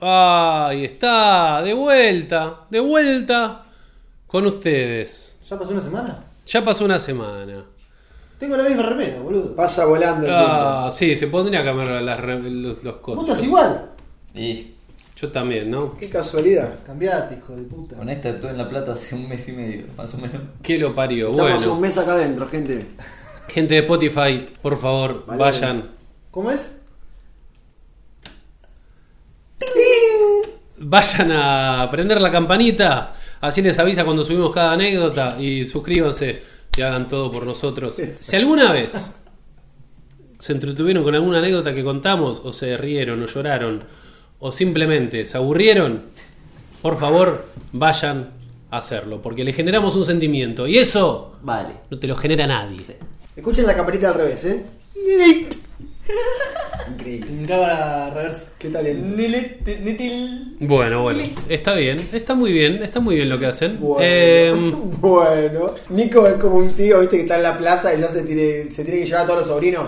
Ahí está, de vuelta, de vuelta con ustedes. ¿Ya pasó una semana? Ya pasó una semana. Tengo la misma remera, boludo. Pasa volando el Ah, sí, se pondría a cambiar las, re- los, los Vos cosas. estás igual. Y Yo también, ¿no? tiempo. Qué casualidad. Cambiate, hijo de puta. con esta estuve en La Plata hace un mes y medio, más o menos. ¿Qué lo parió? Estamos bueno, un mes acá adentro, gente. gente de Spotify, por favor, Vale. vayan. ¿Cómo es? Vayan a prender la campanita, así les avisa cuando subimos cada anécdota y suscríbanse y hagan todo por nosotros. Si alguna vez se entretuvieron con alguna anécdota que contamos, o se rieron, o lloraron, o simplemente se aburrieron, por favor, vayan a hacerlo, porque le generamos un sentimiento y eso Vale. no te lo genera nadie. Escuchen la campanita al revés, ¿eh? Increíble. En cámara reversa. Qué talento. Bueno, bueno, está bien, está muy bien, está muy bien lo que hacen. Bueno. Eh, Bueno. Nico es como un tío, viste, que está en la plaza y ya se tiene, se tiene que llevar a todos los sobrinos.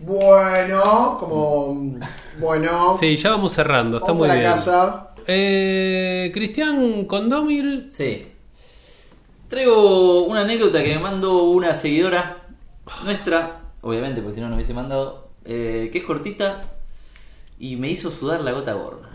Bueno, como. Bueno. sí, ya vamos cerrando, está vamos muy para bien. casa. Eh, Cristian Condomir. Sí. Traigo una anécdota que me mandó una seguidora nuestra, obviamente, porque si no, no me hubiese mandado, eh, que es cortita y me hizo sudar la gota gorda.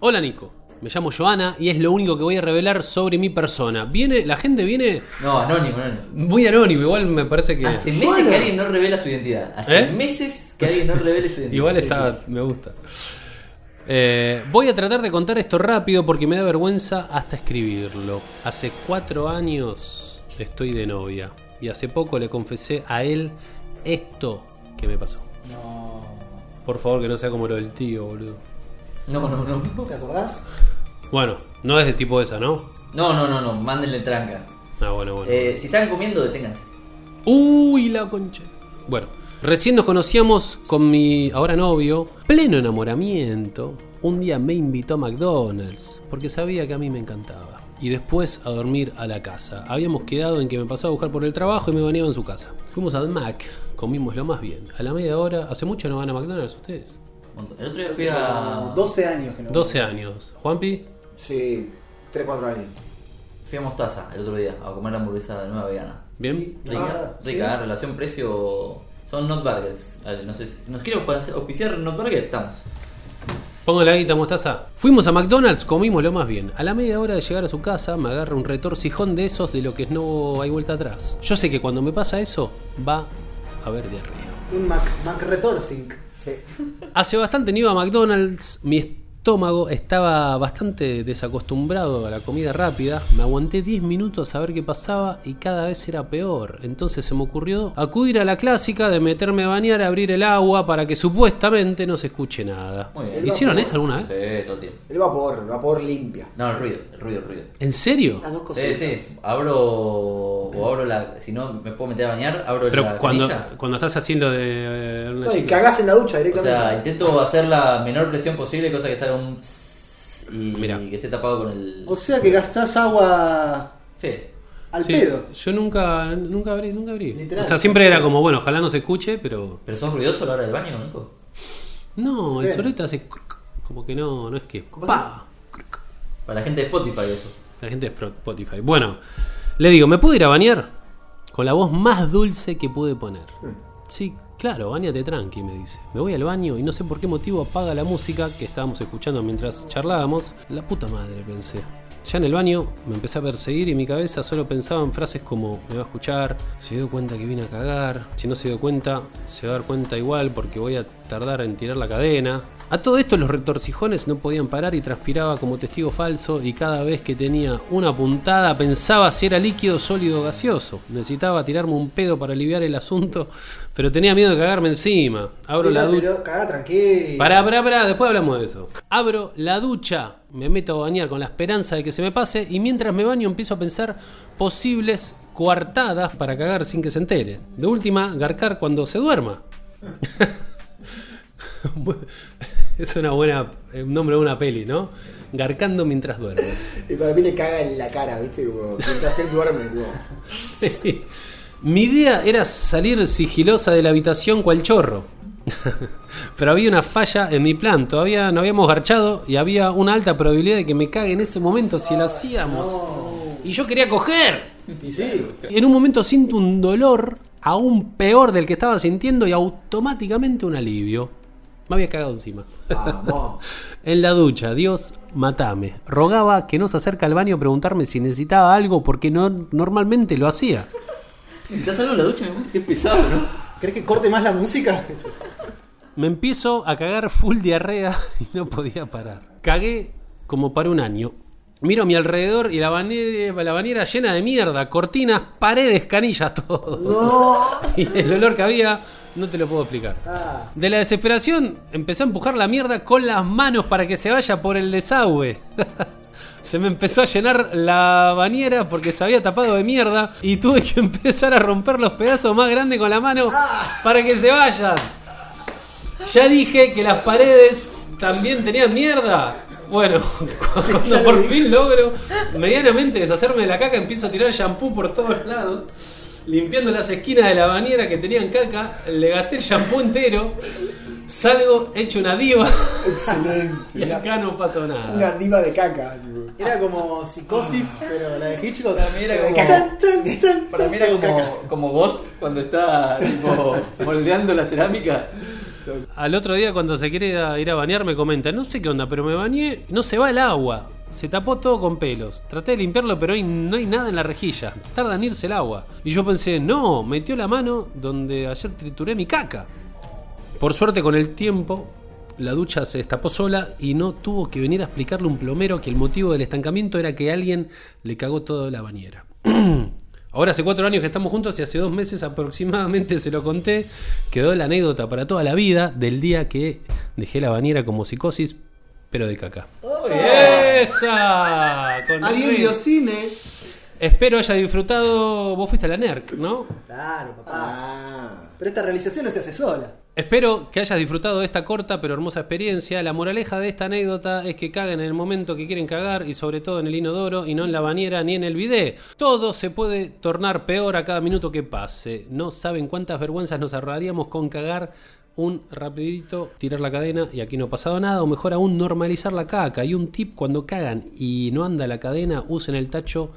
Hola Nico, me llamo Joana y es lo único que voy a revelar sobre mi persona. Viene, la gente viene No, anónimo, anónimo. muy anónimo, igual me parece que. Hace meses Bueno. que alguien no revela su identidad. Hace ¿Eh? meses que alguien no revela su identidad. Igual Sí, está, me gusta. Eh, voy a tratar de contar esto rápido porque me da vergüenza hasta escribirlo. Hace cuatro años estoy de novia y hace poco le confesé a él esto que me pasó. No. Por favor, que no sea como lo del tío, boludo. sí. No, no, no. ¿Te acordás? Bueno, no es de tipo esa, ¿no? No, no, no, no. Mándenle tranca. Ah, bueno, bueno. Eh, si están comiendo, deténganse. Uy, la concha. Bueno, recién nos conocíamos con mi ahora novio, pleno enamoramiento. Un día me invitó a McDonald's porque sabía que a mí me encantaba. Y después a dormir a la casa. Habíamos quedado en que me pasaba a buscar por el trabajo y me bañaba en su casa. Fuimos al Mac, comimos lo más bien. A la media hora, hace mucho no van a McDonald's ustedes. El otro día fui a. Como 12 años que no. 12 años. Juanpi, Sí, 3-4 años. Fui a Mostaza el otro día a comer la hamburguesa nueva vegana. ¿bien? Rica, Ah, rica, ¿eh? relación precio. Son not burgers. Ale, No sé, si- ¿Nos quiere auspici- auspiciar not burger? Estamos. Pongo la guita, mostaza. Fuimos a McDonald's, comimos lo más bien. A la media hora de llegar a su casa, me agarra un retorcijón de esos de lo que no hay vuelta atrás. Yo sé que cuando me pasa eso, va a haber diarrea. Un Mac, Mac Retorcing. Sí. Hace bastante no iba a McDonald's, mi estómago estaba bastante desacostumbrado a la comida rápida, me aguanté 10 minutos a ver qué pasaba y cada vez era peor, entonces se me ocurrió acudir a la clásica de meterme a bañar, abrir el agua para que supuestamente no se escuche nada. Muy bien. ¿Hicieron eso alguna vez? Sí, todo el tiempo. El vapor, el vapor limpia. No, el ruido, el ruido, el ruido. ¿En serio? Las dos cosas. Sí, sí. Abro. O abro la. Si no me puedo meter a bañar, abro Pero la cuando, canilla. cuando estás haciendo de. eh, No, y cagás en la O ducha directamente. sea, intento hacer la menor presión posible, cosa que salga un. pss Y Mirá. que esté tapado con el. O sea que gastás agua Sí. al Sí, pedo. Yo nunca, nunca abrí, nunca abrí. Literal. O sea, siempre era como, bueno, ojalá no se escuche, pero. ¿Pero sos ruidoso a la hora del baño, Nico? No, el Bien. solito hace. cruc, Como que no, no es que. ¿Cómo ¡Pa! Para la gente de Spotify, eso. La gente es pro- Spotify. Bueno, le digo, ¿me puedo ir a bañar? Con la voz más dulce que pude poner. Sí, claro, bañate tranqui, me dice. Me voy al baño y no sé por qué motivo apaga la música que estábamos escuchando mientras charlábamos. La puta madre, pensé. Ya en el baño me empecé a perseguir y mi cabeza solo pensaba en frases como me va a escuchar, se dio cuenta que vine a cagar, si no se dio cuenta, se va a dar cuenta igual porque voy a tardar en tirar la cadena. A todo esto los retorcijones no podían parar y transpiraba como testigo falso y cada vez que tenía una puntada pensaba si era líquido, sólido o gaseoso. Necesitaba tirarme un pedo para aliviar el asunto, pero tenía miedo de cagarme encima. Abro la ducha. Cagá, tranquilo. Pará, pará, pará, después hablamos de eso. Abro la ducha, me meto a bañar con la esperanza de que se me pase y mientras me baño empiezo a pensar posibles coartadas para cagar sin que se entere. De última, garcar cuando se duerma. es una buena, eh, un nombre de una peli, ¿no? Garcando mientras duermes. Y para mí le caga en la cara, ¿viste? Como, mientras él duerme, tipo. Mi idea era salir sigilosa de la habitación cual chorro. Pero había una falla en mi plan. Todavía no habíamos garchado y había una alta probabilidad de que me cague en ese momento si lo hacíamos. Y yo quería coger. Y sí. En un momento siento un dolor aún peor del que estaba sintiendo y automáticamente un alivio. Me había cagado encima. Vamos. En la ducha, Dios, matame. Rogaba que no se acerque al baño a preguntarme si necesitaba algo porque no, normalmente lo hacía. Estás solo en la ducha, me parece que es pesado, ¿no? ¿Crees que corte más la música? Me empiezo a cagar full diarrea y no podía parar. Cagué como para un año. Miro a mi alrededor y la banera, la bañera llena de mierda, cortinas, paredes, canillas, todo. Y el olor que había, no te lo puedo explicar. Ah. De la desesperación, empecé a empujar la mierda con las manos para que se vaya por el desagüe. Se me empezó a llenar la bañera porque se había tapado de mierda y tuve que empezar a romper los pedazos más grandes con la mano para que se vayan. Ya dije que las paredes también tenían mierda. Bueno, cuando por fin logro medianamente deshacerme de la caca, empiezo a tirar shampoo por todos lados. Limpiando las esquinas de la bañera que tenían caca, le gasté el shampoo entero. Salgo hecho una diva Excelente. y Una, acá no pasó nada. una diva de caca. tipo. Era como psicosis, pero la de Hitchcock. Para mí era como- Tan, tan, tan, Para mí era tan, caca. como, como Ghost cuando está tipo moldeando la cerámica. Al otro día, cuando se quiere ir a- ir a bañar, me comenta: No sé qué onda, pero me bañé, no se va el agua. Se tapó todo con pelos. Traté de limpiarlo, pero hoy no hay nada en la rejilla. Tarda en irse el agua. Y yo pensé: No, metió la mano donde ayer trituré mi caca. Por suerte, con el tiempo, la ducha se destapó sola y no tuvo que venir a explicarle un plomero que el motivo del estancamiento era que alguien le cagó toda la bañera. Ahora hace cuatro años que estamos juntos y hace dos meses aproximadamente se lo conté. Quedó la anécdota para toda la vida del día que dejé la bañera como psicosis, pero de caca. ¡Esa! Con Alguien re- vio cine. Espero haya disfrutado. Vos fuiste a la NERC, ¿no? Claro, papá. Ah. Pero esta realización no se hace sola. Espero que hayas disfrutado de esta corta pero hermosa experiencia. La moraleja de esta anécdota es que caguen en el momento que quieren cagar y sobre todo en el inodoro y no en la bañera ni en el bidé. Todo se puede tornar peor a cada minuto que pase. No saben cuántas vergüenzas nos ahorraríamos con cagar un rapidito, tirar la cadena y aquí no ha pasado nada, o mejor aún normalizar la caca. Y un tip cuando cagan y no anda la cadena, usen el tacho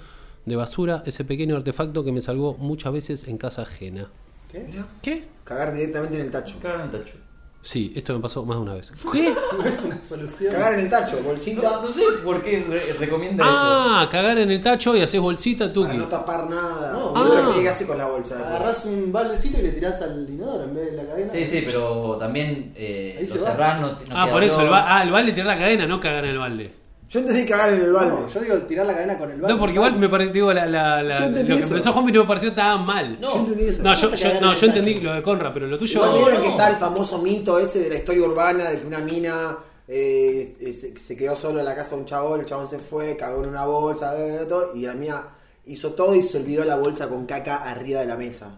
de basura, ese pequeño artefacto que me salvó muchas veces en casa ajena. ¿Qué? ¿Qué? Cagar directamente en el tacho. Cagaron el tacho. Sí, esto me pasó más de una vez. ¿Qué? No es una solución. Cagar en el tacho, bolsita. No, no sé por qué re- recomienda Ah, cagar en el tacho y haces bolsita, Para tuki. no tapar nada. No, y otra ah. que hace con la bolsa. Agarrás un baldecito y le tirás al inodoro en vez de la cadena. eso. Sí, sí, pero también eh, Ahí lo se va. cerrás, no, te- no Ah, queda por eso, el, olor. ba- ah, el balde tirar la cadena, no cagar en el balde. Yo entendí cagar en el balde. No, yo digo tirar la cadena con el balde. No, porque igual me pareció, digo, la, la- la- Yo lo entendí que eso. empezó Juanpi no me pareció tan mal. Yo entendí eso. No, yo, vas a yo- cagar no, en el yo entendí tacho. lo de Conra, pero lo tuyo... Igual vieron no. que está el famoso mito ese de la historia urbana de que una mina eh, eh, se, se quedó solo en la casa de un chabón, el chabón se fue, cagó en una bolsa, eh, todo, y la mina hizo todo y se olvidó la bolsa con caca arriba de la mesa.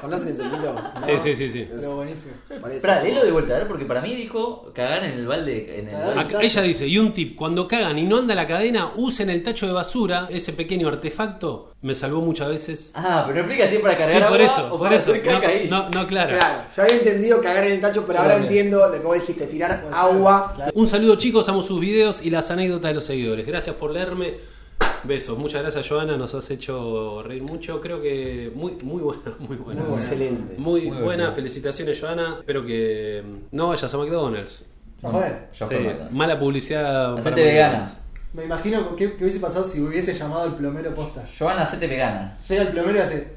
¿Conocen ese mito? ¿No? Sí, sí, sí, sí. Pero buenísimo. Parece. Esperá, léelo de vuelta, a ver, porque para mí dijo cagar en el balde. En el Cagar. balde. Acá- ella dice, y un tip, cuando cagan y no anda la cadena, usen el tacho de basura, ese pequeño artefacto, me salvó muchas veces. Ah, pero explica si es para cargar Sí, por agua eso, o por para eso. hacer No, caca ahí. no, no, claro. Claro, yo había entendido cagar en el tacho, pero ahora Claro. entiendo de cómo dijiste, tirar agua. Un saludo chicos, amo sus videos y las anécdotas de los seguidores. Gracias por leerme. Besos, muchas gracias Joana, nos has hecho reír mucho. Creo que muy, muy buena, muy buena. Muy excelente. Muy, buena, felicitaciones Joana. Espero que mm, no vayas a McDonald's. Ya fue. Ya Sí, fue McDonald's. mala publicidad. para Hacete McDonald's. vegana. Me imagino qué, qué hubiese pasado si hubiese llamado al plomero posta. Joana, hacete vegana. Llega el plomero y hace.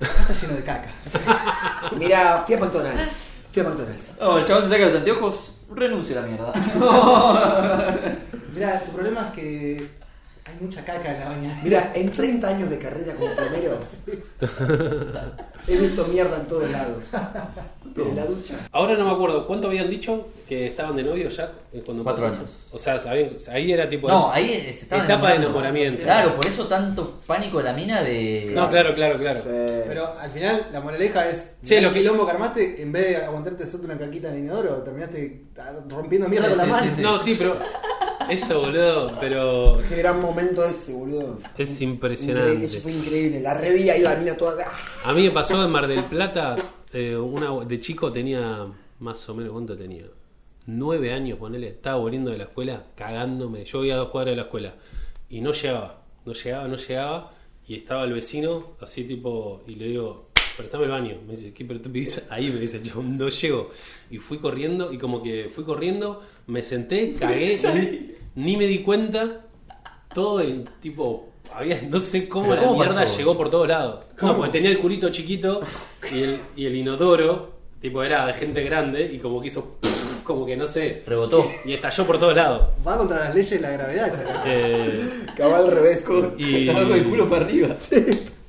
Está lleno de caca. Mira, fui a McDonald's. Fui a McDonald's. Oh, el chabón se saca los anteojos, renuncio a la mierda. Mira, tu problema es que hay mucha caca en la bañera. Mira, en 30 años de carrera como plomero, he visto mierda en todos lados. Pero en la ducha. Ahora no me acuerdo, ¿cuánto habían dicho que estaban de novios ya? eh, Cuando Cuatro pasó eso? años. O sea, sabían- ahí era tipo... No, ahí se estaba Etapa de enamorando. enamoramiento. Claro, por eso tanto pánico de la mina de. No, claro, claro, claro. Sí. Pero al final, la moraleja es: Sí, mirá lo el que- quilombo que armaste, en vez de aguantarte hacerte una caquita en el inodoro, terminaste ah, rompiendo mierda Sí, con la sí, mano. sí, sí. No, sí, pero... Eso, boludo, pero... Qué gran momento ese, boludo. Es Increíble, Eso impresionante. fue increíble. La revía y la mina toda. ¡ah! A mí me pasó en Mar del Plata, eh, una, de chico tenía más o menos, ¿cuánto tenía? Nueve años, ponele, estaba volviendo de la escuela, cagándome. Yo iba a dos cuadras de la escuela y no llegaba, no llegaba, no llegaba. Y estaba el vecino, así tipo, y le digo, prestame el baño. Me dice, ¿qué? Pero tú vivís ahí, me dice, el chabón, no llego. Y fui corriendo, y como que fui corriendo, me senté, cagué, ni, ni me di cuenta. Todo el tipo, había, no sé cómo ¿Pero la cómo mierda pasó? llegó por todos lados. No, porque tenía el culito chiquito y el, y el inodoro, tipo, era de gente grande y como que hizo, como que no sé, Rebotó. y estalló por todos lados. Va contra las leyes de la gravedad esa caca. Eh, Cagó al revés. y, para arriba.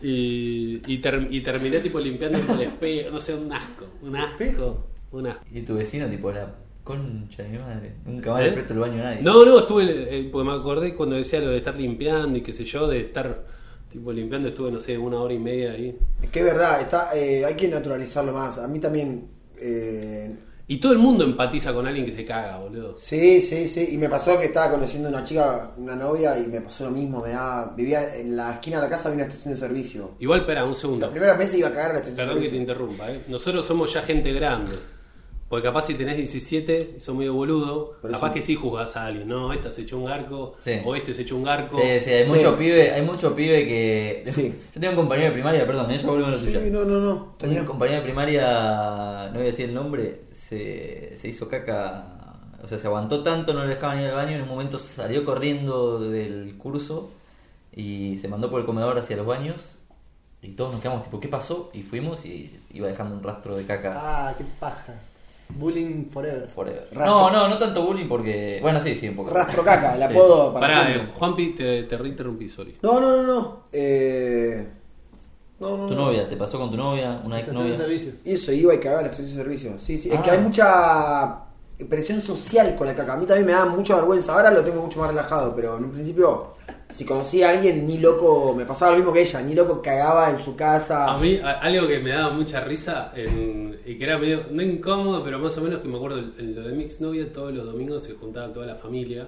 y, y ter- y terminé tipo limpiando con el espejo, no sé, un asco, un asco, un asco. Y tu vecino, tipo, la concha de mi madre. Nunca más ¿Eh? le presto el baño a nadie. No, no, estuve, eh, porque me acordé cuando decía lo de estar limpiando y qué sé yo, de estar tipo limpiando, estuve, no sé, una hora y media ahí. Es que es verdad, está, eh, hay que naturalizarlo más. A mí también. eh, Y todo el mundo empatiza con alguien que se caga, boludo. sí, sí, sí. Y me pasó que estaba conociendo una chica, una novia, y me pasó lo mismo. Me daba, vivía en la esquina de la casa, había una estación de servicio. Igual, espera, un segundo. Los primeros meses iba a cagar a la estación Perdón de que te servicio. interrumpa, ¿eh? Nosotros somos ya gente grande. Porque capaz si tenés 17 y sos medio boludo, Por eso- capaz que sí juzgás a alguien. No, esta se echó un garco, Sí. o este se echó un garco. Sí, sí, hay Sí. mucho pibe, hay mucho pibe que. Sí. Yo tengo un compañero de primaria, perdón, ella vuelve a la tuya. Sí, no, no, no. Tenía un compañero de primaria, no voy a decir el nombre, se, se hizo caca, o sea, se aguantó tanto, no le dejaban ir al baño, en un momento salió corriendo del curso y se mandó por el comedor hacia los baños y todos nos quedamos tipo, ¿qué pasó? Y fuimos y iba dejando un rastro de caca. Ah, qué paja. Bullying forever. forever. Ah, rastro. No, no, no tanto bullying porque... Bueno, sí, sí, un poco. Rastro caca, el Sí. apodo para Pará, eh, siempre. Juanpi, te, te reinterrumpí, sorry. No, no, no, no. Eh, no, no, Tu no. novia, ¿te pasó con tu novia? ¿Una Estación de exnovia? servicio. Y eso, iba y cagaba en la estación de servicio. Sí, sí. Es que Ah. hay mucha presión social con la caca. A mí también me da mucha vergüenza. Ahora lo tengo mucho más relajado, pero en un principio, si conocía a alguien, ni loco, me pasaba lo mismo que ella, ni loco cagaba en su casa. A mí, a- algo que me daba mucha risa en- y que era medio, no incómodo, pero más o menos que me acuerdo en- en lo de mi exnovia, todos los domingos se juntaba toda la familia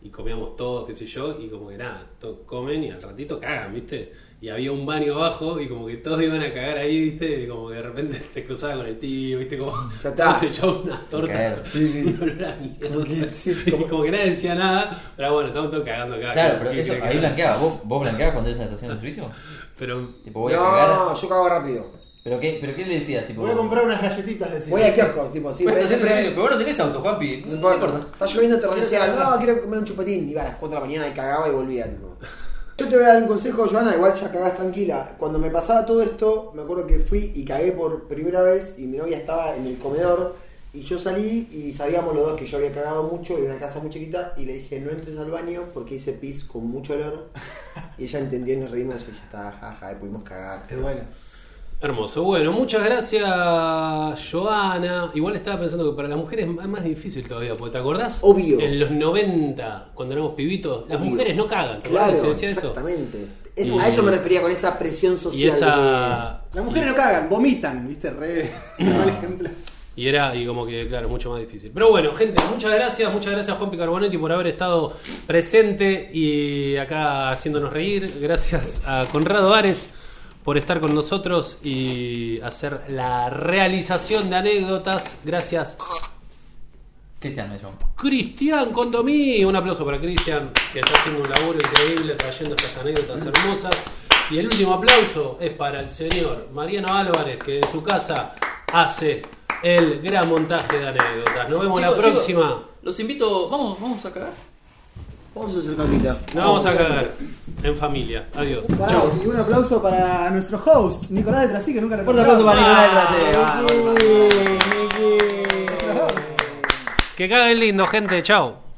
y comíamos todos, qué sé yo, y como que nada, todos comen y al ratito cagan, ¿viste? Y había un baño abajo y como que todos iban a cagar ahí, ¿viste? Y como que de repente te cruzaba con el tío, ¿viste? Como Ya está. se echaba una torta. Claro. Sí, sí. un olor a mierda. Como que- sí, Y como que nadie decía nada, pero bueno, estamos todos cagando acá. Claro, Ah, ¿qué- pero qué eso, querés que ahí haga? blanqueabas. ¿Vos, vos blanqueabas cuando eras en la estación de servicio? Pero Tipo, voy a no, cagar. yo cagaba rápido. ¿Pero qué, ¿Pero qué le decías? Tipo, Voy a comprar unas galletitas de Voy a kiosco, tipo, sí, Pero, pero pero, siempre. pero vos no tenés auto, Juanpi. No importa. Está lloviendo torrencial. No, quiero comer un chupetín. Iba a las 4 de la mañana y cagaba y volvía, tipo. Yo te voy a dar un consejo, Joana, igual ya cagás tranquila. Cuando me pasaba todo esto, me acuerdo que fui y cagué por primera vez y mi novia estaba en el comedor y yo salí y sabíamos los dos que yo había cagado mucho y una casa muy chiquita y le dije no entres al baño porque hice pis con mucho olor y ella entendió y nos reímos y ya estaba jaja y pudimos cagar. Es bueno. Hermoso, bueno, muchas gracias Joana. Igual estaba pensando que para las mujeres es más difícil todavía, porque ¿te acordás? Obvio. En los 90, cuando éramos pibitos, las Obvio. mujeres no cagan, ¿te Claro, acordás que se decía eso? exactamente. Eso- Y- a eso me refería con esa presión social. Y de- esa... Las mujeres no cagan, vomitan, viste, re mal ejemplo. Y era, y como que, claro, mucho más difícil. Pero bueno, gente, muchas gracias, muchas gracias Juan Picarbonetti por haber estado presente y acá haciéndonos reír. Gracias a Conrado Ares por estar con nosotros y hacer la realización de anécdotas. Gracias Cristian me llamó. Cristian Condomí, un aplauso para Cristian, que está haciendo un laburo increíble trayendo estas anécdotas hermosas. Y el último aplauso es para el señor Mariano Álvarez, que de su casa hace el gran montaje de anécdotas. Nos vemos la Chicos, próxima. chicos, los invito. Vamos, vamos a cagar. Vamos a hacer caquita. Nos vamos a cagar en familia. Adiós. Pará, y Ah, un aplauso para nuestro host, Nicolás de Trasí, que nunca lo Fuerte aplauso para Nicolás de la Sede. Miki, Miki. Nuestro host. Que caguen lindo, gente. Chao.